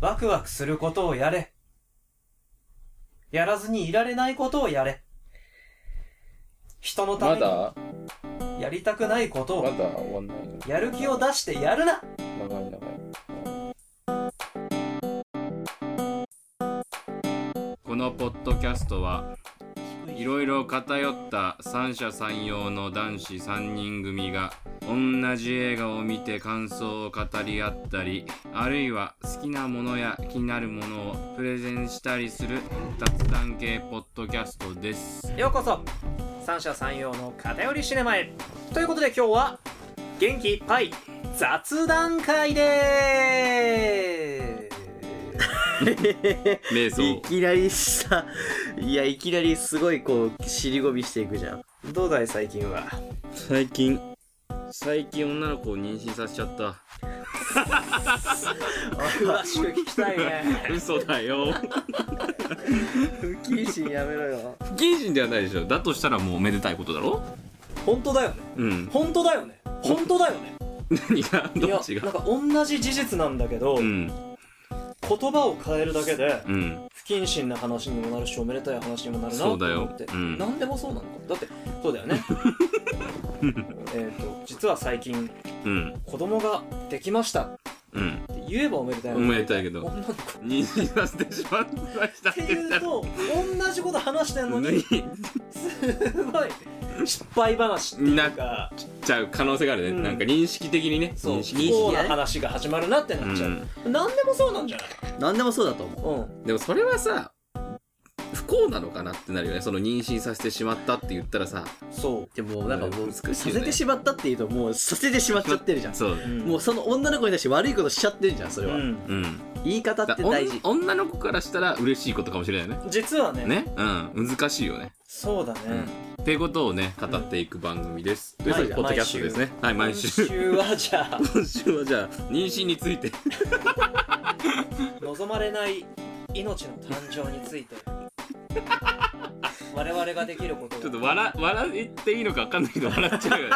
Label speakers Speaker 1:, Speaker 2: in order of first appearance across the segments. Speaker 1: ワクワクすることをやれ。やらずにいられないことをやれ。人のた
Speaker 2: ま
Speaker 1: めに
Speaker 2: だ
Speaker 1: やりたくないこと
Speaker 2: ま
Speaker 1: を
Speaker 2: だ終わんないの
Speaker 1: やる気を出してやるな
Speaker 2: 長い長い。
Speaker 3: このポッドキャストはいろいろ偏った三者三様の男子3人組が同じ映画を見て感想を語り合ったりあるいは好きなものや気になるものをプレゼンしたりする雑談系ポッドキャストです
Speaker 1: ようこそ三者三様の偏りシネマへということで今日は元気いっぱい雑談会でーす
Speaker 3: 瞑
Speaker 4: い
Speaker 3: 想
Speaker 4: きなりさ、いや、いきなりすごいこう、尻込みしていくじゃん。
Speaker 1: どうだい最近 は
Speaker 3: 最近最近女の子を妊娠させちゃった
Speaker 1: 詳しく聞きたいね
Speaker 3: 嘘だよ
Speaker 4: 不謹慎やめろよ。
Speaker 3: 不謹慎ではないでしょだとしたらもうめでたいことだろ
Speaker 1: 本当だよね
Speaker 3: うん
Speaker 1: 本当だよね本当だよね
Speaker 3: 何が
Speaker 1: い
Speaker 3: ど
Speaker 1: や
Speaker 3: っち
Speaker 1: なん
Speaker 3: が
Speaker 1: か同じ事実なんだけど、
Speaker 3: うん
Speaker 1: 言葉を変えるだけで
Speaker 3: うん
Speaker 1: 不謹慎な話にもなるしおめでたい話にもなるなと
Speaker 3: そうだよ
Speaker 1: 思って、
Speaker 3: うん
Speaker 1: 何でもそうなのかだってそうだよ ねえっと実は最近
Speaker 3: うん
Speaker 1: 子供ができましたっ
Speaker 3: うん
Speaker 1: て言えばおめでたい
Speaker 3: おめでたいけど
Speaker 1: 女の子っ
Speaker 3: 妊娠させてしまいましたってて言っ
Speaker 1: い
Speaker 3: た
Speaker 1: う
Speaker 3: ら
Speaker 1: と同じこと話してんの
Speaker 3: 脱
Speaker 1: に
Speaker 3: い
Speaker 1: すごい失敗話っていうか
Speaker 3: ちゃう可能性があるね、
Speaker 1: うん
Speaker 3: なんか認識的にね
Speaker 1: そう
Speaker 3: 認
Speaker 1: 不
Speaker 3: 識
Speaker 1: 幸な話が始まるなって
Speaker 3: う
Speaker 1: なっちゃう、
Speaker 3: ん、
Speaker 1: 何でもそうなんじゃない
Speaker 4: 何でもそうだと思
Speaker 1: うん
Speaker 3: でもそれはさ不幸なのかなってなるよねその妊娠させてしまったって言ったらさ
Speaker 1: そう
Speaker 4: う。でも、なんかもう、
Speaker 3: うん
Speaker 4: さ
Speaker 3: 美しいよね
Speaker 4: せてしまったっていうと、もう、させてしまっちゃってるじゃん。
Speaker 3: そう
Speaker 1: うん
Speaker 4: もう、その女の子に対して悪いことしちゃってるじゃん、それ
Speaker 1: う
Speaker 4: は。
Speaker 1: ん
Speaker 3: うん
Speaker 4: 言い方って大事
Speaker 3: だ。女の子からしたら嬉しいことかもしれないよ
Speaker 1: 実はね
Speaker 3: ねねうん難しいよね
Speaker 1: そうだね、
Speaker 3: っていうことをね語っていく番組です、ということで
Speaker 4: はい
Speaker 3: ポッドキャストですねはい毎週
Speaker 1: 今週はじゃあ
Speaker 3: 今週はじゃあ妊娠について
Speaker 1: 望まれない命の誕生に ついて我々ができることを
Speaker 3: ちょっと笑笑っていいのか分かんないけど笑っちゃうよね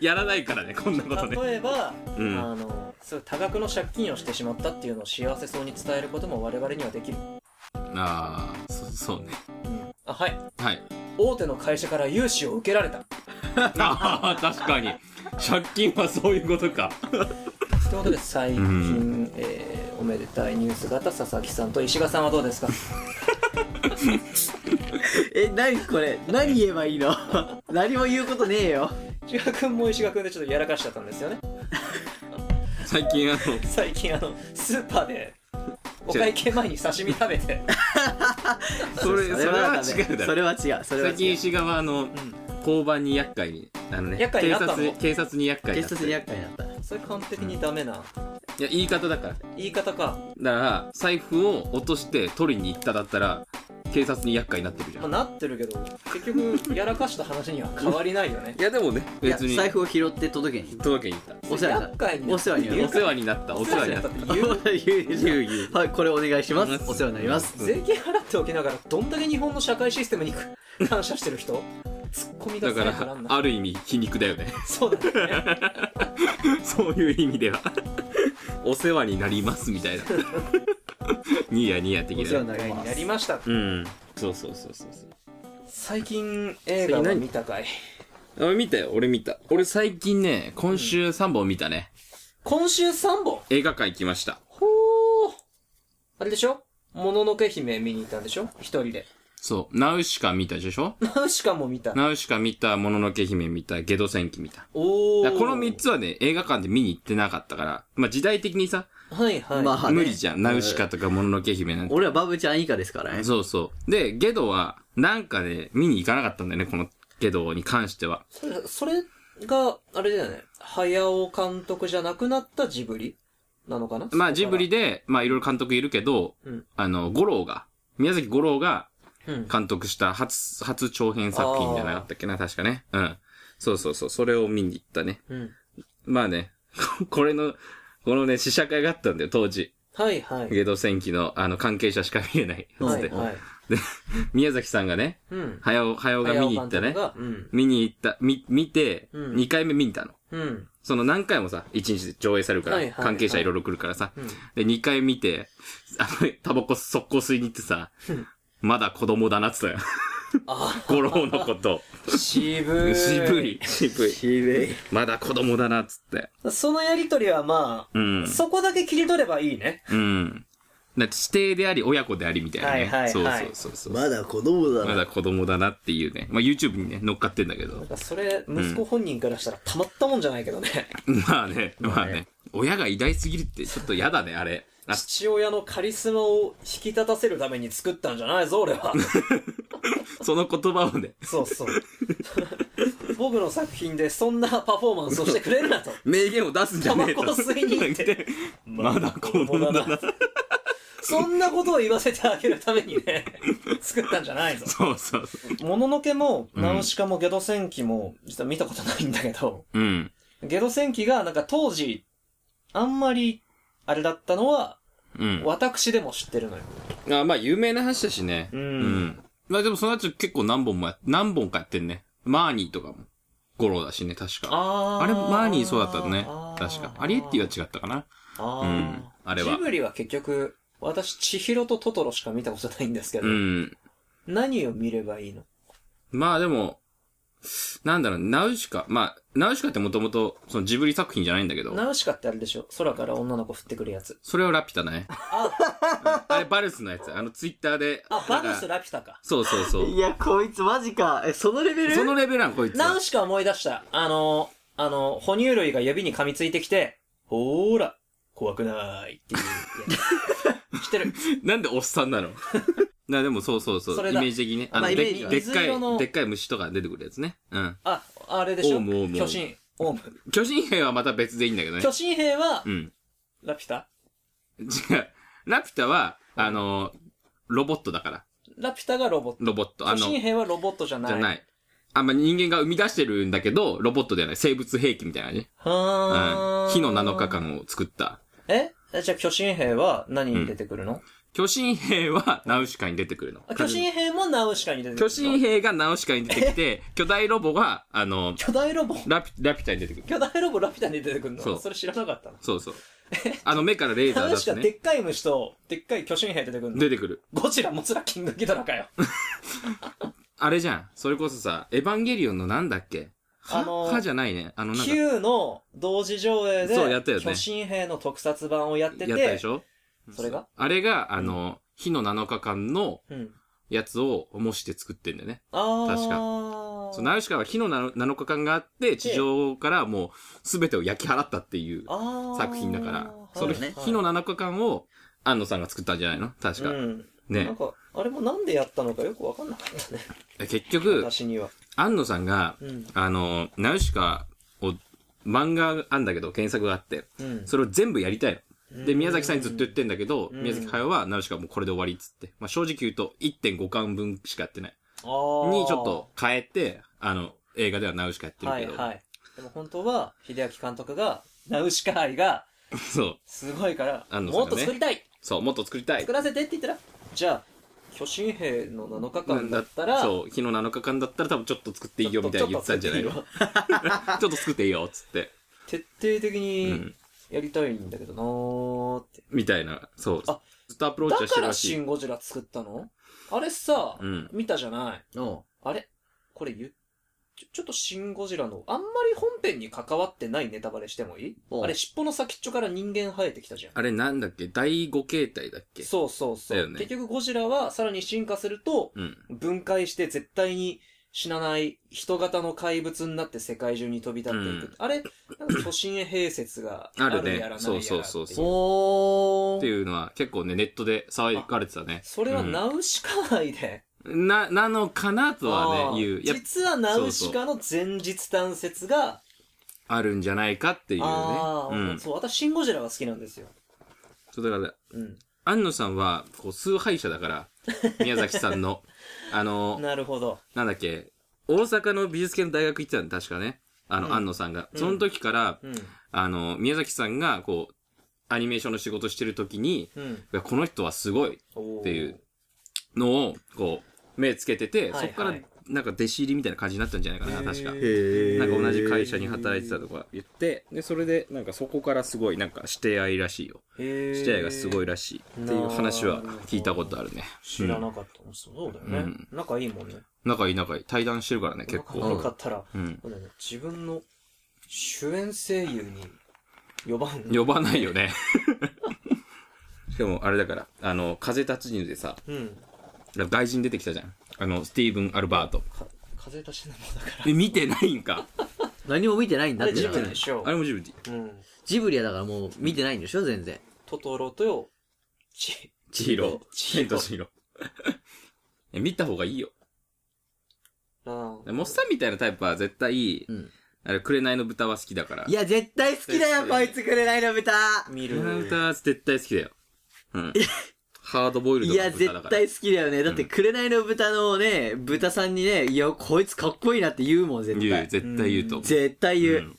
Speaker 3: やらないからねこんなことね
Speaker 1: 例えば、
Speaker 3: うん
Speaker 1: あのそう多額の借金をしてしまったっていうのを幸せそうに伝えることも我々にはできる、
Speaker 3: ああそそうね
Speaker 1: うんあはい
Speaker 3: はい
Speaker 1: 大手の会社から融資を受けられた
Speaker 3: あー確かに借金はそういうことか
Speaker 1: ということで最近、
Speaker 3: う
Speaker 1: えーおめでたいニュースがあった佐々木さんと石賀さんはどうですか
Speaker 4: え、何これ何言えばいいの 何も言うことねえよ。
Speaker 1: 石賀君も石賀君でちょっとやらかしちゃったんですよね
Speaker 3: 最近あの
Speaker 1: 最近あのスーパー でお会計前に刺身食べて
Speaker 3: それそれは
Speaker 4: ダメ
Speaker 3: 違うだ
Speaker 4: そ
Speaker 3: ろ
Speaker 4: れは違う。それは
Speaker 3: 最近
Speaker 4: 違う。
Speaker 3: 石川あの交番に厄介にあのね
Speaker 1: 厄介にな
Speaker 3: 警
Speaker 1: ったの
Speaker 3: 察警察に厄介に
Speaker 4: 警
Speaker 3: なって
Speaker 4: 察に厄介だった。
Speaker 1: それ完璧にダメな、
Speaker 3: いや言い方だから
Speaker 1: 言い方か、
Speaker 3: だから財布を落として取りに行っただったら警察に厄介になってるじゃ
Speaker 1: まあ、
Speaker 3: ん
Speaker 1: なってるけど結局やらかした話には変わりないよね
Speaker 3: いやでもね
Speaker 4: いや
Speaker 3: 別に
Speaker 4: 財布を拾って届けに行っ
Speaker 3: 届けに行った
Speaker 4: た。お世話にな
Speaker 1: 厄
Speaker 4: った。
Speaker 1: 介にな
Speaker 4: お世話になる
Speaker 3: お世話になったお世話になった
Speaker 1: お世話になったって
Speaker 4: 言う言う
Speaker 3: 言う言う
Speaker 4: はい、これお願いします。お世話になります。
Speaker 1: 言う税金払っておきながらどんだけ日本の社会システムに感謝してる人ツッコミが
Speaker 3: だか
Speaker 1: さえら
Speaker 3: ら
Speaker 1: んない
Speaker 3: ある意味皮肉だよね
Speaker 1: そうだね
Speaker 3: そういう意味ではお世話になりますみたいなニヤニヤ的
Speaker 4: お世話
Speaker 3: な
Speaker 4: になりま
Speaker 1: や
Speaker 4: す
Speaker 1: り。ました
Speaker 3: うんそうそうそうそうそ
Speaker 1: 最近映画は見たかいう
Speaker 3: 俺見たよ俺見た俺最近ね今週3本見たね、
Speaker 1: 今週3本
Speaker 3: 映画館行きました
Speaker 1: ほーあれでしょもののけ姫見に行ったんでしょ一人で
Speaker 3: そうナウシカ見たでしょ
Speaker 1: ナウシカも見た
Speaker 3: ナウシカ見たもののけ姫見たゲド戦記見た
Speaker 1: お
Speaker 3: だ
Speaker 1: お
Speaker 3: からこの3つはね映画館で見に行ってなかったからまあ時代的にさ
Speaker 1: はいはい、
Speaker 4: まあね
Speaker 3: 無理じゃんナウシカとかもののけ姫なんて
Speaker 4: 俺はバブちゃん以下ですからね。
Speaker 3: そうそう。で、ゲドは、なんかね、見に行かなかったんだよね、このゲドに関しては。
Speaker 1: それそれが、あれだよね。早尾監督じゃなくなったジブリなのかな
Speaker 3: まあ、ジブリ。で、まあ、いろいろ監督いるけど、
Speaker 1: うん
Speaker 3: あの、五郎が、宮崎五郎が
Speaker 1: うん。
Speaker 3: 監督した初、初長編作品じゃなかったっけな、確かね。うん。そうそうそう、それを見に行ったね。
Speaker 1: うん。
Speaker 3: まあね、 ここれの、このね、試写会があったんだよ、当時。
Speaker 1: はいはい。
Speaker 3: ゲド戦記の、あの、関係者しか見れないやつ
Speaker 1: は
Speaker 3: で。
Speaker 1: いはい。
Speaker 3: 宮崎さんがね、
Speaker 1: うん。
Speaker 3: 早尾、早尾が見に行ったね。
Speaker 1: 早尾監督が
Speaker 4: うん。
Speaker 3: 見に行った、み、見て、
Speaker 1: うん
Speaker 3: 2回目見たの。
Speaker 1: うん。
Speaker 3: その何回もさ、1日で上映されるから、
Speaker 1: はいはいはい
Speaker 3: 関係者いろいろ来るからさ、
Speaker 1: うん
Speaker 3: で、2回見て、あの、タバコ速攻吸いに行ってさ
Speaker 1: うん、
Speaker 3: まだ子供だなって言 ったよ。
Speaker 1: あ、
Speaker 3: 五郎のこと。
Speaker 1: 渋い。
Speaker 3: 渋い、渋い。
Speaker 4: 渋 い。
Speaker 3: まだ子供だなっつって。
Speaker 1: そのやりとりはま
Speaker 3: う
Speaker 1: あ、
Speaker 3: ん。
Speaker 1: そこだけ切り取ればいいね。
Speaker 3: うん。だって指定であり、親子でありみたいなね。
Speaker 1: はいはいはい
Speaker 3: そうそうそうそう。
Speaker 4: まだ子供だ
Speaker 3: ま
Speaker 4: な。
Speaker 3: だ子供だなっていうね。まあ YouTube にね、乗っかってんだけど
Speaker 1: だ。からそれ、息子本人からしたらたまったもんじゃないけ どね。
Speaker 3: まあね、まあ
Speaker 4: まあ
Speaker 3: ね。親が偉大すぎるってちょっと嫌だね、あれ。あ
Speaker 1: 父親のカリスマを引き立たせるために作ったんじゃないぞ、俺 は。
Speaker 3: その言葉をね。
Speaker 1: そうそう。 僕の作品でそんなパフォーマンスをしてくれるなと。
Speaker 3: 名言を出すんじゃねえと。
Speaker 1: タバコ吸いに行って。
Speaker 3: まだ子供だな。
Speaker 1: そんなことを言わせてあげるためにね、作ったんじゃないぞ。
Speaker 3: そうそうそう。
Speaker 1: もののけも、
Speaker 3: うん
Speaker 1: ナウシカもゲド戦記も、実は見たことないんだけど、
Speaker 3: うん。
Speaker 1: ゲド戦記がなんか当時、あんまり、あれだったのは、
Speaker 3: うん。
Speaker 1: 私でも知ってるのよ。
Speaker 3: あまあ、有名な話だしね。
Speaker 1: うん
Speaker 3: まあでもその後結構何本もや、何本かやってんね。マーニーとかも。ゴロだしね、確か。
Speaker 1: あ
Speaker 3: あれ、マーニーそうだったね。確か。アリエッティは違ったかな。
Speaker 1: あー
Speaker 3: うんあれは
Speaker 1: ジブリは結局、私、千尋とトトロしか見たことないんですけど、
Speaker 3: うん。
Speaker 1: 何を見ればいいの
Speaker 3: まあでも、なんだろう、ナウシカ。まあ、ナウシカってもともと、そのジブリ作品じゃないんだけど、
Speaker 1: ナウシカってあれでしょ空から女の子降ってくるやつ。
Speaker 3: それはラピュタだね。
Speaker 1: あ、
Speaker 3: あれ、バルスのやつ。あの、ツイッターで。
Speaker 1: あ、バル
Speaker 3: な
Speaker 1: ス
Speaker 3: んか
Speaker 1: ラピュタか。
Speaker 3: そうそうそう。
Speaker 4: いや、こいつマジか。え、そのレベル
Speaker 3: そのレベルなの、こいつは。
Speaker 1: ナウシカ思い出した。あの、あの、哺乳類が指に噛みついてきて、ほーら、怖くないっていうや つ。知ってる。
Speaker 3: なんでおっさんなのな、でもそうそうそう。
Speaker 1: それ
Speaker 3: イ
Speaker 1: だ
Speaker 3: メージ的にね。あ
Speaker 4: ま
Speaker 3: の、
Speaker 4: あイメー
Speaker 3: で
Speaker 4: ジは
Speaker 3: で
Speaker 1: ね
Speaker 3: っか
Speaker 1: 水色の
Speaker 3: い、でっかい虫とか出てくるやつね。うん。
Speaker 1: あ、あれでしょ
Speaker 3: オウムオウム
Speaker 1: 巨神。オウム。
Speaker 3: 巨神兵はまた別でいいんだけどね
Speaker 1: 巨。神兵は
Speaker 3: う、ん。
Speaker 1: ラピュタ
Speaker 3: 違う。ラピュタは、あの、ロボットだから。
Speaker 1: ラピュタがロボット。
Speaker 3: ロボット。あ
Speaker 1: 巨
Speaker 3: の、
Speaker 1: 神
Speaker 3: じ
Speaker 1: 兵はロボットじゃない。。
Speaker 3: ゃないい。あんまあ人間が生み出してるんだけど、ロボットではない。生物兵器みたいなね。うん。火の7日。間を作った。
Speaker 1: ええじゃあ巨神兵は何に出てくるの、
Speaker 3: 巨神 兵はナウシカに出てくるの。
Speaker 1: あ巨神兵もナウシカに出てくる
Speaker 3: 巨
Speaker 1: の
Speaker 3: 神兵がナウシカに出てき て、巨大ロボが、あの、
Speaker 1: 巨大ロボ
Speaker 3: ラピラピュタに出てくる。
Speaker 1: 巨大ロボラピュタに出てくるの
Speaker 3: そ
Speaker 1: そうれ知らなかったの
Speaker 3: そうそう。あの、目からレーザー
Speaker 1: ナ
Speaker 3: 出
Speaker 1: ウシ
Speaker 3: す
Speaker 1: カ
Speaker 3: ね
Speaker 1: で。っかい虫とでっかい巨神兵出てくるの
Speaker 3: 出てくる。
Speaker 1: ゴジラモスラキングギドラかよ
Speaker 3: あれじゃん。それこそさ、エヴァンゲリオンのなんだっけは、
Speaker 1: あのー
Speaker 3: はじゃないね。あの、なんか、や
Speaker 1: Q の同時上映で
Speaker 3: そうやったよね
Speaker 1: 巨神兵の特撮版をやってて
Speaker 3: ったでしょ
Speaker 1: それが
Speaker 3: あれが、あの、火の7日間の
Speaker 1: うん
Speaker 3: やつを模して作ってんだよね。
Speaker 1: ああ
Speaker 3: 確そうナウシカは火の7日間があって、地上からもう全てを焼き払ったっていう
Speaker 1: あー
Speaker 3: 作品だから、そ
Speaker 4: れ
Speaker 3: の
Speaker 4: ね
Speaker 1: はい
Speaker 3: 火の7日間を安野さんが作ったんじゃないの確か。
Speaker 1: うんなん
Speaker 3: ね。
Speaker 1: かあれもなんでやったのかよくわかんなかったね
Speaker 3: 結局、
Speaker 1: 私には
Speaker 3: 安野さんが、
Speaker 1: うん
Speaker 3: あの、ナウシカを、漫画があんだけど、原作があって、
Speaker 1: うん
Speaker 3: それを全部やりたいの。で、宮崎さんにずっと言ってんだけど、
Speaker 1: うん
Speaker 3: 宮崎駿は、ナウシカはもうこれで終わりっつって。まあ、正直言うと、1.5巻分しかやってない。
Speaker 1: あー
Speaker 3: に、ちょっと変えて、あの、映画ではナウシカやってる
Speaker 1: は
Speaker 3: け
Speaker 1: い
Speaker 3: ど。
Speaker 1: はい。でも本当は、秀明監督が、ナウシカ愛が
Speaker 3: そう。
Speaker 1: すごいから、
Speaker 3: 安野さん
Speaker 1: もっ
Speaker 3: がね
Speaker 1: と作りたい
Speaker 3: そう、もっと作りたい
Speaker 1: 作。らせてって言ったら、じゃあ、巨神兵の7日間だったら、
Speaker 3: そう、日の7日間だったら多分ちょっと作っていいよみたいに言ってたんじゃないの
Speaker 1: ち
Speaker 3: ち
Speaker 1: ょ
Speaker 3: ょ
Speaker 1: っと
Speaker 3: っと作っていいよっつって。
Speaker 1: 徹底的
Speaker 3: う
Speaker 1: に
Speaker 3: ん。
Speaker 1: やりたいんだけどなーって。
Speaker 3: みたいな、そう。
Speaker 1: あ
Speaker 3: ずっとアプローチは
Speaker 1: だ
Speaker 3: し
Speaker 1: か
Speaker 3: てる
Speaker 1: ら
Speaker 3: らし
Speaker 1: シ
Speaker 3: い。
Speaker 1: ン・ゴジラ作ったのあれさ、
Speaker 3: うん。
Speaker 1: 見たじゃない
Speaker 4: の
Speaker 1: あれこれ言っちょちょっとシン・ゴジラの、あんまり本編に関わってないネタバレしてもいい
Speaker 4: おう
Speaker 1: あれ尻尾の先っちょから人間生えてきたじゃん。
Speaker 3: あれなんだっけ第5形態だっけ
Speaker 1: そうそうそ
Speaker 3: だよ
Speaker 1: う。
Speaker 3: ね
Speaker 1: 結局ゴジラはさらに進化すると、
Speaker 3: うん。
Speaker 1: 分解して絶対に死なない人型の怪物になって世界中に飛び立っていく。
Speaker 3: うん
Speaker 1: あれ、なんか都心併設が
Speaker 3: あ
Speaker 1: あ
Speaker 3: るね
Speaker 1: るやらないやらってい
Speaker 3: そうそうそうそう
Speaker 1: お
Speaker 3: っていうのは結構ね、ネットで騒がれてたね。
Speaker 1: それはナウシカ愛で。
Speaker 3: な、なのかなとは
Speaker 1: あー
Speaker 3: ね、いう。やっ
Speaker 1: 実はナウシカの前日単説が、
Speaker 3: ぱあるんじゃないかっていうね。
Speaker 1: ああ、
Speaker 3: うん。
Speaker 1: そう、私シンゴジラが好きなんですよ。
Speaker 3: そうだから、
Speaker 1: うん。
Speaker 3: 安野さんは、こう、崇拝者 だから、宮崎さんの。あの、
Speaker 1: なるほど。
Speaker 3: なんだっけ、大阪の美術系の大学行ってたんだ、確かね。あの、
Speaker 1: うん
Speaker 3: 安野さんが。
Speaker 1: うん
Speaker 3: その時から、
Speaker 1: うん。
Speaker 3: あの、宮崎さんが、こう、アニメーションの仕事してる時に、
Speaker 1: うん。
Speaker 3: いやこの人はすごいっ
Speaker 1: おー
Speaker 3: ていう。のを、こう、目つけてて、
Speaker 1: はいはい
Speaker 3: そっから、なんか弟子入りみたいな感じになったんじゃないかな、確か。
Speaker 4: へえ
Speaker 3: なんか同じ会社に働いてたとか言って、で、それで、なんかそこからすごい、なんか指定愛らしいよ。
Speaker 1: へ
Speaker 3: 指定愛がすごいらしいっていう話は聞いたことあるね。
Speaker 1: 知らなかったもんそうだよね、
Speaker 3: うん
Speaker 1: 仲いいもんね
Speaker 3: うん仲いい仲いい。対談してるからね、結
Speaker 1: 仲良
Speaker 3: 構。
Speaker 1: かったら、
Speaker 3: うん。
Speaker 1: そうだね自分の主演声優に呼ばん
Speaker 3: 呼ばないよね。 しかも、あれだから、あの、風立ちぬでさ、
Speaker 1: うん
Speaker 3: 外人出てきたじゃん。あの、スティーブン・アルバート。
Speaker 1: か風立ちぬもだから
Speaker 3: え、見てないんか。
Speaker 4: 何も見てないんだ
Speaker 1: あ
Speaker 4: っ
Speaker 1: れ
Speaker 4: て
Speaker 1: ジ
Speaker 4: だか
Speaker 1: ブ
Speaker 4: ら
Speaker 1: リでしょ
Speaker 3: あれもジブリ。
Speaker 1: うん
Speaker 4: ジブリはだからもう見てないんでしょ全然
Speaker 1: トトロとち
Speaker 3: チヒロ。
Speaker 1: 千尋
Speaker 3: 千と千尋。いや見た方がいいよ。
Speaker 1: うん
Speaker 3: モッサンみたいなタイプは絶対いい。
Speaker 4: うん
Speaker 3: あれ、紅の豚は好きだから。
Speaker 4: いや絶対好きだよこいつくれないの豚
Speaker 1: 見
Speaker 3: 紅の
Speaker 1: る
Speaker 3: 豚は絶対好きだよ。うん。ハードボイルド
Speaker 4: い
Speaker 3: の
Speaker 4: や
Speaker 3: 豚だ
Speaker 4: 絶
Speaker 3: から。
Speaker 4: 対好きだよねだって紅の豚のね豚さんにねいやこいつかっこいいなって言うもん絶
Speaker 3: 言う、
Speaker 4: 対
Speaker 3: 絶対言うと思う。
Speaker 4: 絶対言う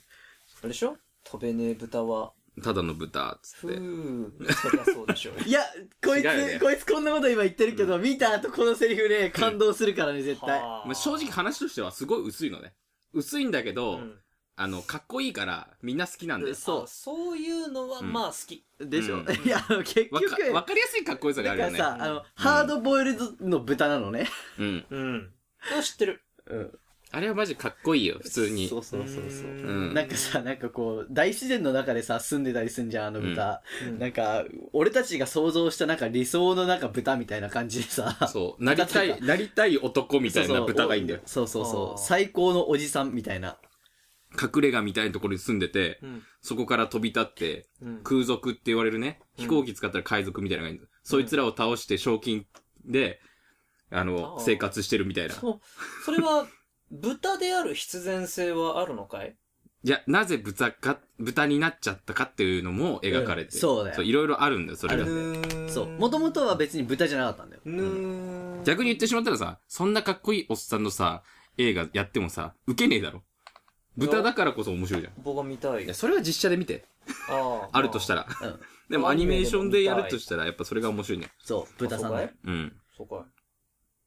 Speaker 1: あれでしょ飛べねえ豚は
Speaker 3: うんただの豚、つ
Speaker 1: ふ
Speaker 3: って。
Speaker 1: うそりゃそうでしょう
Speaker 4: いやこいつ
Speaker 3: 違うよね
Speaker 4: こいつこんなこと今言ってるけど見た後このセリフね感動するからね絶対
Speaker 1: はあ
Speaker 3: まあ、正直話としてはすごい薄いのね。薄いんだけど、
Speaker 1: うん
Speaker 3: あの、かっこいいから、みんな好きなんだよ。
Speaker 4: そう
Speaker 1: あそういうのは
Speaker 3: うん
Speaker 1: まあ好き
Speaker 4: でしょ、
Speaker 3: うん
Speaker 4: いやあの結
Speaker 3: わ
Speaker 4: 局
Speaker 3: かわかりやすいかっこよさがあ
Speaker 4: だ
Speaker 3: る
Speaker 4: か
Speaker 3: よ
Speaker 4: ら
Speaker 3: ね。
Speaker 4: さ、あの、ハードボイルドの豚なのね。
Speaker 3: うん。
Speaker 1: うん知ってる
Speaker 4: うん。
Speaker 3: あれはマジかっこいいよ、普通に
Speaker 4: そ。うそうそうそうう。
Speaker 3: うん。
Speaker 4: なんかさ、なんかこう、大自然の中でさ、住んでたりすんじゃん、あの豚。
Speaker 1: うん
Speaker 4: なんか、俺たちが想像したなんか理想のなんか豚みたいな感じでさ。
Speaker 3: そう。なりた
Speaker 4: 豚と
Speaker 3: い、なりたい男みたいな豚がいいんだよ。
Speaker 4: そうそう
Speaker 1: あ
Speaker 4: そ
Speaker 1: ー
Speaker 4: う。最高のおじさんみたいな。
Speaker 3: 隠れ家みたいなところに住んでて、
Speaker 1: うん
Speaker 3: そこから飛び立って、
Speaker 1: うん
Speaker 3: 空賊って言われるね、
Speaker 1: うん
Speaker 3: 飛行機使ったら海賊みたいなのがいるんだよそいつらを倒して賞金で、あの、
Speaker 1: あー
Speaker 3: 生活してるみたいな。
Speaker 1: そうそれは豚である必然性はあるのかい
Speaker 3: いや、なぜ豚か、豚になっちゃったかっていうのも描かれて。
Speaker 4: うんそうだよ
Speaker 3: いろいろあるんだよ、それ
Speaker 4: あ
Speaker 3: が
Speaker 4: る。そう。も
Speaker 1: 元
Speaker 4: ともとは別に豚じゃなかったんだよ。
Speaker 1: ぬーん
Speaker 3: 逆に言ってしまったらさ、そんなかっこいいおっさんのさ、映画やってもさ、受けねえだろ。豚だからこそ面白いじゃん。
Speaker 1: 僕が見たい
Speaker 3: いや、それは実写で見て。
Speaker 1: あ
Speaker 3: あるとした
Speaker 1: ら
Speaker 3: ら。
Speaker 4: うん。
Speaker 3: でもアニメーションでやるとしたら、やっぱそれが面白いね。
Speaker 4: そう、豚さんだよ。
Speaker 3: うん。
Speaker 1: そうかい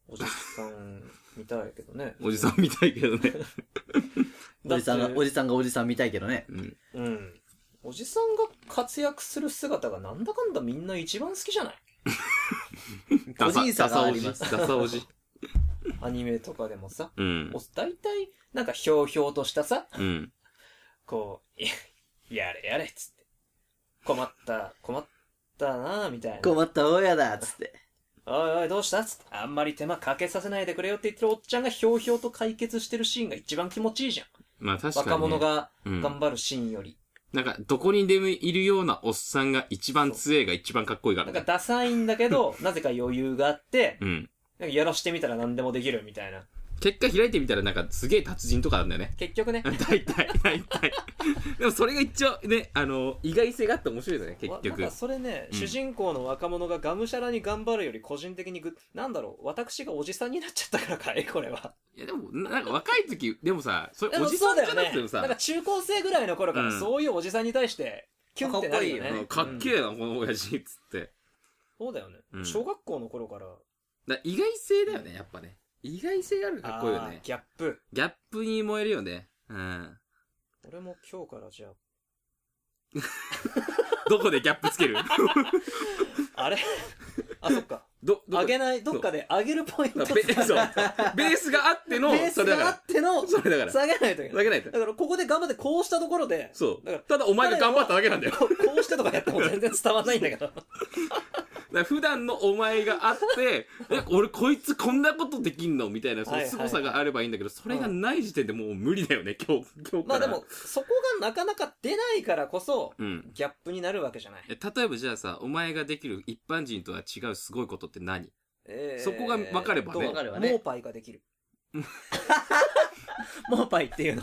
Speaker 1: おじさん見たいけどね
Speaker 3: おじさんみたいけどね。
Speaker 1: だ
Speaker 4: お
Speaker 1: って
Speaker 4: じさんが、おじさんがおじさん見たいけどね。
Speaker 3: うん。
Speaker 1: うんおじさんが活躍する姿がなんだかんだみんな一番好きじゃない
Speaker 3: ダ
Speaker 4: 個
Speaker 3: サ
Speaker 4: 人差があります
Speaker 3: ダサおじ。ダサおじ。
Speaker 1: アニメとかでもさ
Speaker 3: うん
Speaker 1: お。大体なんかひょうひょうとしたさ
Speaker 3: うん。
Speaker 1: こういややれやれっつって困った困ったなぁみたいな
Speaker 4: 困った親だっつって。
Speaker 1: おいおいどうしたっつってあんまり手間かけさせないでくれよって言ってるおっちゃんがひょうひょうと解決してるシーンが一番気持ちいいじゃん、
Speaker 3: まあ確かに、ね。
Speaker 1: 若者。が
Speaker 3: うん。
Speaker 1: 頑張るシーンより、
Speaker 3: なんか、どこにでもいるようなおっさんが一番強えが一番かっこいいから
Speaker 1: なんか
Speaker 3: ね。
Speaker 1: ダサいんだけどなぜか余裕があって
Speaker 3: うん。
Speaker 1: なんかやらしてみたら何でもできるみたいな
Speaker 3: 結果開いてみたらなんかすげえ達人とかなんだよね。
Speaker 1: 結局ね
Speaker 3: 大体、大体。でもそれが一応ね、あの、意外性があって面白いよね、結
Speaker 1: わなん
Speaker 3: 局
Speaker 1: か。それね、
Speaker 3: うん
Speaker 1: 主人公の若者ががむしゃらに頑張るより個人的にぐなんだろう私がおじさんになっちゃったからかいこれはい
Speaker 3: やでも、ななんか若い時、でもさ、それ
Speaker 1: で
Speaker 3: お
Speaker 1: も
Speaker 3: じ
Speaker 1: そ
Speaker 3: さ
Speaker 1: うんだ
Speaker 3: じゃ
Speaker 1: よ
Speaker 3: なく
Speaker 1: ね
Speaker 3: ても
Speaker 1: なんか
Speaker 3: さ、
Speaker 1: 中高生ぐらいの頃か
Speaker 3: う
Speaker 1: ら
Speaker 3: ん
Speaker 1: そういうおじさんに対してキュンってなるよね
Speaker 4: かっこい
Speaker 3: うんか
Speaker 4: いよね
Speaker 3: っけえな、この親父、つって。
Speaker 1: そうだよね、
Speaker 3: うん
Speaker 1: 小学校の頃から
Speaker 3: だ意外性だよね、やっぱね。意外性があるからかっこいいよ
Speaker 1: あ
Speaker 3: ね
Speaker 1: ー。ギャップ
Speaker 3: ギャップに燃えるよね。うん。
Speaker 1: 俺も今日からじゃ
Speaker 3: どこでギャップつ ける
Speaker 1: ああ れあそっか
Speaker 3: ど、どこ
Speaker 1: あげないどっかであげるポイント
Speaker 3: だ
Speaker 1: と
Speaker 3: からベそうベースがあっての、
Speaker 1: ベース
Speaker 3: それだか
Speaker 1: があ
Speaker 3: ら。
Speaker 1: っての
Speaker 3: それだから。
Speaker 1: 下げないといけな
Speaker 3: だ
Speaker 1: い
Speaker 3: けないと
Speaker 1: だ。からここで頑張ってこうしたところで
Speaker 3: そう
Speaker 1: だから。
Speaker 3: ただお前が頑張っただけなんだよ。だか
Speaker 1: ここうしてとかやっても全然伝わらないんだけど
Speaker 3: ら普段のお前があって、え俺こいつこんなことできんのみたいな、そ
Speaker 1: はい
Speaker 3: の
Speaker 1: はい
Speaker 3: 凄さがあればいいんだけど、それがない時点でもう無理だよね、今日、今日
Speaker 1: ま
Speaker 3: か
Speaker 1: あで
Speaker 3: ら。
Speaker 1: もそこがなかなか出ないからこそ
Speaker 3: うん。
Speaker 1: ギャップになるわけじゃない、
Speaker 3: え例えばじゃあさ、お前ができる一般人とは違うすごいことって何
Speaker 1: えー
Speaker 3: そこが分かればね
Speaker 1: どう
Speaker 4: 分かればね
Speaker 1: モーパイがで きる
Speaker 4: もうパイっていうの。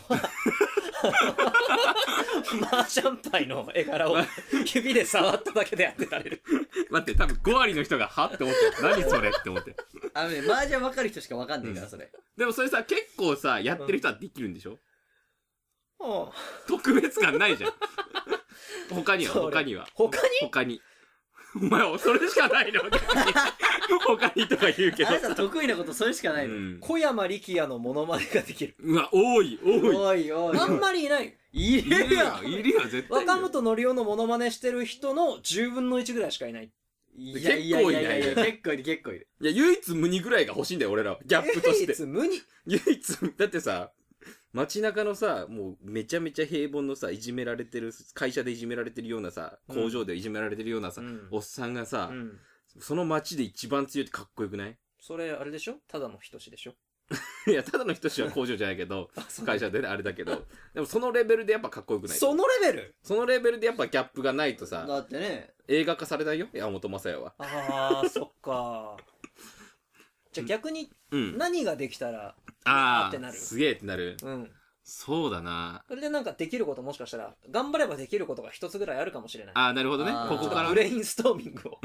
Speaker 1: マーシャンパイの絵 柄を指で触っただけでやってられる。
Speaker 3: 待って、多分5割の人が、はって思って、何それって思って。
Speaker 4: あのね、麻雀分かる人しか分かんないから、それ。
Speaker 3: でもそれさ、結構さ、やってる人はできるんでしょ、
Speaker 1: そ
Speaker 3: 特別感ないじゃん。他には、
Speaker 1: れ
Speaker 3: 他には。
Speaker 1: 他に
Speaker 3: 他に。お前、それしかないの 他にとか言うけど
Speaker 4: あな。た得意なことそれしかな
Speaker 3: う
Speaker 4: いの。
Speaker 3: ん
Speaker 1: 小山力也のモノマネができる。
Speaker 3: うわ、多い、多い。
Speaker 4: おいおい。
Speaker 1: あんまりいない。
Speaker 4: い
Speaker 3: い
Speaker 4: る
Speaker 3: る
Speaker 4: や
Speaker 3: や、いるや、絶対いるよ。
Speaker 1: 若本のりおのモノマネしてる人の10分の1ぐらいしかいない。
Speaker 4: いやいやいやいや
Speaker 3: 結
Speaker 4: いや、
Speaker 3: 構いない
Speaker 4: 結構いる、結構いる。
Speaker 3: いや、唯一無二ぐらいが欲しいんだよ、俺らは。ギャップとし
Speaker 1: 唯
Speaker 3: て
Speaker 1: 一。無二。
Speaker 3: 唯一、だってさ、街中のさ、もうめちゃめちゃ平凡のさ、いじめられてる、会社でいじめられてるようなさ、
Speaker 1: うん
Speaker 3: 工場でいじめられてるようなさ、
Speaker 1: うん
Speaker 3: おっさんがさ、
Speaker 1: うん。
Speaker 3: その街で一番強いってかっこよくない
Speaker 1: それ、あれでしょただの人志でしょ
Speaker 3: いや、ただの人志は工場じゃないけ ど、会社でね、あれだけど、でもそのレベルでやっぱかっこよくない。
Speaker 1: そのレベル
Speaker 3: そのレベルでやっぱギャップがないとさ、
Speaker 4: だってね、
Speaker 3: 映画化されないよ、山本雅也は。
Speaker 1: ああ、そっか。じゃあ逆に
Speaker 3: うん。
Speaker 1: 何ができたら、
Speaker 3: あ
Speaker 1: ってな
Speaker 3: あ、
Speaker 1: る
Speaker 3: すげえってなる。
Speaker 1: うん。
Speaker 3: そうだな。
Speaker 1: それでなんかできることもしかしたら、頑張ればできることが一つぐらいあるかもしれない。
Speaker 3: ああ、なるほどね
Speaker 4: あ。ー
Speaker 3: ここから
Speaker 1: ブ。レインストーミングを。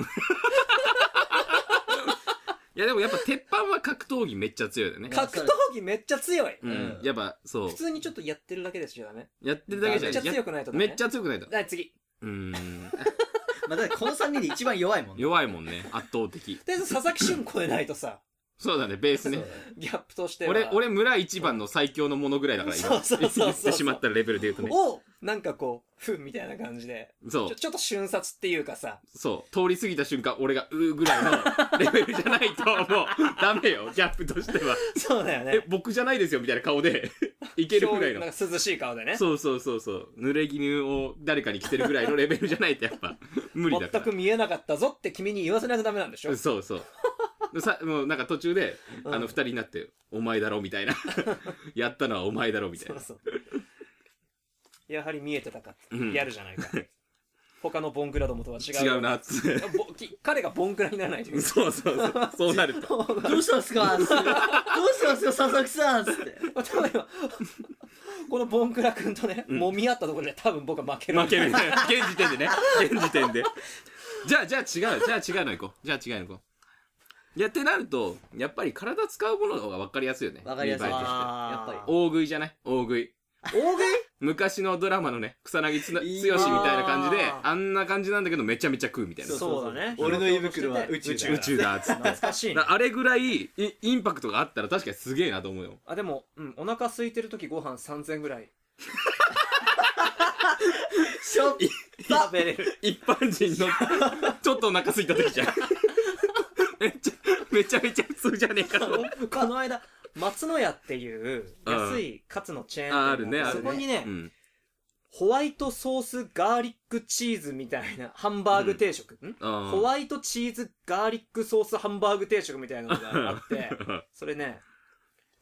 Speaker 3: いや、でもやっぱ鉄板は格闘技めっちゃ強いだよね。
Speaker 1: 格闘技めっちゃ強い。
Speaker 3: う
Speaker 4: うん
Speaker 3: ん。やっぱ、そう
Speaker 1: 普。通にちょっとやってるだけですよね。
Speaker 3: やってるだ
Speaker 1: め
Speaker 3: け
Speaker 1: っ
Speaker 3: じゃ
Speaker 1: ちゃ
Speaker 3: や
Speaker 1: 強くないとダ
Speaker 3: め
Speaker 1: メ
Speaker 3: っちゃ強くないと。
Speaker 1: はい、次。
Speaker 3: うーん。
Speaker 4: まあ、だってこの3人で一番弱いもんね。
Speaker 3: 弱いもんね。圧倒的。
Speaker 1: とりあえず佐々木俊超えないとさ、
Speaker 3: そうだね、ベースね。
Speaker 1: ギャップとしては。
Speaker 3: 俺、俺、村一番の最強のものぐらいだから、今。
Speaker 1: そうそうそうそう
Speaker 3: 言ってしまったレベルで言うとね。
Speaker 1: を、なんかこう、ふんみたいな感じで、
Speaker 3: そ
Speaker 1: ちょ
Speaker 3: う、
Speaker 1: ちょっと瞬殺っていうかさ、
Speaker 3: そう。通り過ぎた瞬間、俺が、うーぐらいのレベルじゃないと、 もう、ダメよ、ギャップとしては。
Speaker 1: そうだよ
Speaker 3: え
Speaker 1: ね。、
Speaker 3: 僕じゃないですよ、みたいな顔で、いけるぐらい
Speaker 1: なん
Speaker 3: の。
Speaker 1: か涼しい顔でね。
Speaker 3: そうそうそうそう。濡れ衣を誰かに着てるぐらいのレベルじゃないと、やっ ぱ、無理だか
Speaker 1: 全
Speaker 3: ら
Speaker 1: く。見えなかったぞって君に言わせないとダメなんでしょ
Speaker 3: そうそう。さ、もうなんか途中で、
Speaker 1: うん
Speaker 3: あの、二人になって、お前だろ、みたいな。 やったのはお前だろ、みたい
Speaker 1: そう
Speaker 3: な。
Speaker 1: そう。やはり見えてたか。
Speaker 3: うん
Speaker 1: やるじゃ ないか。他のボンクラどもとは違う。
Speaker 3: 違うな、つって。
Speaker 1: ぼき彼がボンクラにならないという。
Speaker 3: そうそうそう。そうなると。
Speaker 4: どうしたんすかつってどうしたんすか佐々木さんつって。
Speaker 1: 例えば、 このボンクラ君とね、
Speaker 3: ん
Speaker 1: 揉み合ったところで多分僕は負ける。
Speaker 3: 負け る。現時点でね。現時点で。じゃあ、じゃあ違う。じゃあ違うの行こう。じゃあ違うの行こう。いや、ってなると、やっぱり体使うものの方が分かりやすいよね。
Speaker 4: わかりやすい。
Speaker 3: 見栄えとして
Speaker 4: やっぱり。
Speaker 3: 大食いじゃない大食い。
Speaker 1: 大食い
Speaker 3: 昔のドラマのね、草薙つな剛
Speaker 4: い
Speaker 3: み
Speaker 4: い
Speaker 3: たい
Speaker 4: わー
Speaker 3: な感じで、あんな感じなんだけど、めちゃめちゃ食うみたいな。
Speaker 1: そうだね
Speaker 4: 俺の胃袋は宇宙
Speaker 1: 宇
Speaker 4: だ
Speaker 1: 宙
Speaker 4: か
Speaker 1: だ
Speaker 4: ら。
Speaker 3: 宇宙だ、つって。
Speaker 1: 懐かしいね
Speaker 3: だ。あれぐらいイ、インパクトがあったら確かにすげえなと思うよ。
Speaker 1: あ、でも、うん、お腹空いてる時ご飯3000ぐら い。
Speaker 4: しょっぱべれる。
Speaker 3: 一般人 の、ちょっとお腹空いた時じゃん。めっちゃ、めちゃめちゃ普通じゃねえかと。
Speaker 1: この間、松の屋っていう安いカツのチェーン店が
Speaker 3: ああるね
Speaker 1: って
Speaker 3: ある
Speaker 1: そ
Speaker 3: ね
Speaker 1: こにね、
Speaker 3: うん。
Speaker 1: ホワイトソースガーリックチーズみたいなハンバーグ定食、んホ
Speaker 3: 怖い。
Speaker 1: ワイトチーズガーリックソースハンバーグ定食みたいなのがあって、それね、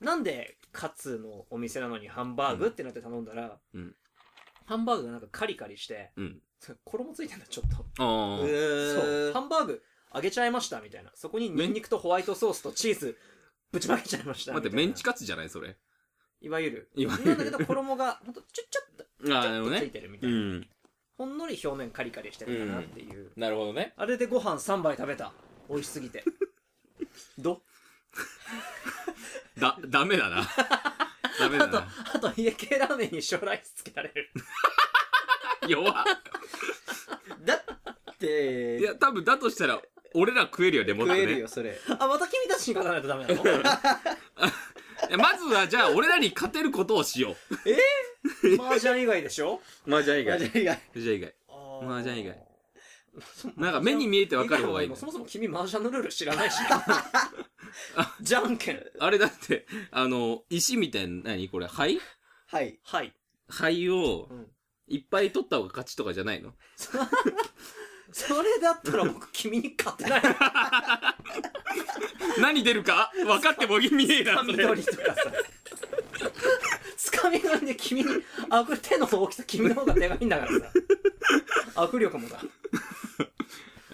Speaker 1: なんでカツのお店なのにハンバーグ、
Speaker 3: うん
Speaker 1: ってなって頼んだら、
Speaker 3: うん
Speaker 1: ハンバーグがなんかカリカリして、
Speaker 3: うん。
Speaker 1: それ衣ついてんだ、ちょっと。
Speaker 3: あ
Speaker 4: う
Speaker 3: ー
Speaker 1: そう。
Speaker 4: ー
Speaker 1: ハ
Speaker 4: ん。
Speaker 1: ンバーグ揚げちゃいました、みたいな。そこにニンニクとホワイトソースとチーズぶちまけちゃいました。
Speaker 3: 待っ
Speaker 1: み
Speaker 3: て、
Speaker 1: た
Speaker 3: メ
Speaker 1: いな
Speaker 3: ンチカツじゃないそれ。
Speaker 1: いわゆる。
Speaker 3: いわゆる
Speaker 1: なんだけど衣が、ほんと、ちょ、ちょっと、ち
Speaker 3: ああ、なる
Speaker 1: ょ
Speaker 3: ほ
Speaker 1: っ
Speaker 3: ど
Speaker 1: とつい
Speaker 3: ね。
Speaker 1: てるみた
Speaker 3: う
Speaker 1: いな。
Speaker 3: ん。
Speaker 1: ほんのり表面カリカリしてるかなっていう。
Speaker 3: なるほどね。
Speaker 1: あれでご飯3杯食べた。美味しすぎ て。ど
Speaker 3: だ、ダメだな。ダメだな。
Speaker 1: あと、家系ラーメンに将来つけられる。
Speaker 3: 弱っ。
Speaker 4: だって、
Speaker 3: いや、多分だとしたら、俺ら食えるよね、もっと
Speaker 4: 食える
Speaker 3: ね
Speaker 4: よ、。それ。
Speaker 1: あ、また君たちに勝たないとダメなの
Speaker 3: いやまずは、じゃあ、俺らに勝てることをしよ
Speaker 1: 麻雀以外でし ょ
Speaker 3: う。麻雀以
Speaker 4: マジ。以外。
Speaker 3: 麻雀以外。
Speaker 1: 麻
Speaker 3: 雀以外。なんか目に見えてわかる方がいいね。
Speaker 1: そもそも君麻雀のルール知ら ないし。 じゃんけん。
Speaker 3: あれだって、あの、石みたいな、何これ、灰
Speaker 4: はい。
Speaker 1: はい。
Speaker 3: 灰を
Speaker 1: う、ん
Speaker 3: いっぱい取った方が勝ちとかじゃないの
Speaker 1: それだったら僕君に勝てない。
Speaker 3: 何出るか分かっても見えな
Speaker 1: 掴
Speaker 3: い
Speaker 1: み取りとかさ。掴み取りで君に、あ、これ手の大きさ君の方がでかいんだ からさ。握力もだ。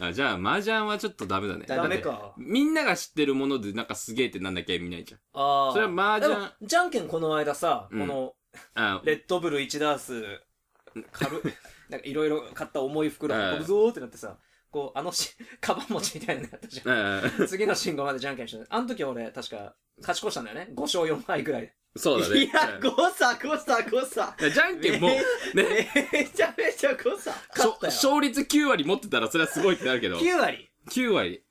Speaker 3: あじゃあ、麻雀はちょっとダメだね。
Speaker 4: ダメ
Speaker 1: か
Speaker 3: だってみんなが知ってるもので、なんかすげえってなんだっけ見ないじゃん。
Speaker 1: ああ。
Speaker 3: それは麻雀
Speaker 1: でもじゃんけんこの間さ、
Speaker 3: うん
Speaker 1: この、
Speaker 3: あ
Speaker 1: レッドブル1ダース、 軽い、なんかいろいろ買った重い袋
Speaker 3: うん
Speaker 1: 運ぶぞーってなってさ、こう、あのし、 カバン持ちみたいなのやったじゃ
Speaker 3: あ
Speaker 1: ん。次の信号までじゃんけんして、あの時俺、確か、勝ち越したんだよね。5勝4敗ぐらいで。
Speaker 3: そうだね。
Speaker 4: いや、誤差、誤差、誤差。
Speaker 3: うんじゃんけんも、ね、
Speaker 4: めちゃめちゃ誤差。勝ったよ。
Speaker 3: 勝率9割持ってたらそれはすごいってなるけ ど、
Speaker 1: 9割
Speaker 3: 9割。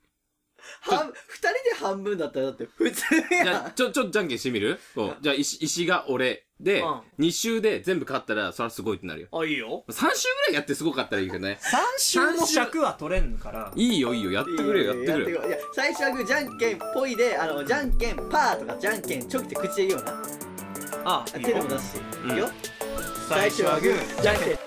Speaker 4: 半、二人で半分だったらだって普通
Speaker 3: じゃ
Speaker 4: や
Speaker 3: あ
Speaker 4: ん。
Speaker 3: ちょ、ちょ、じゃんけんしてみるこうじゃあ、石、石が俺で、
Speaker 1: うん
Speaker 3: 2周で全部勝ったら、それはすごいってなるよ。
Speaker 1: あ、いいよ。
Speaker 3: 3周ぐらいやってすごかったらいいけどね。
Speaker 1: 3週の尺は取れんから。
Speaker 3: いいよ、いいよ、やってくれよ、やってくれよ。
Speaker 4: いや、最初はグーじゃんけんぽいで、あの、じゃんけんパーとか、じゃんけんちょきって口で言うよな。
Speaker 1: あ、いい
Speaker 4: 手で
Speaker 1: よ
Speaker 4: も。出すし。
Speaker 3: ん
Speaker 4: いいよ。
Speaker 1: 最初はグー、じゃんけん。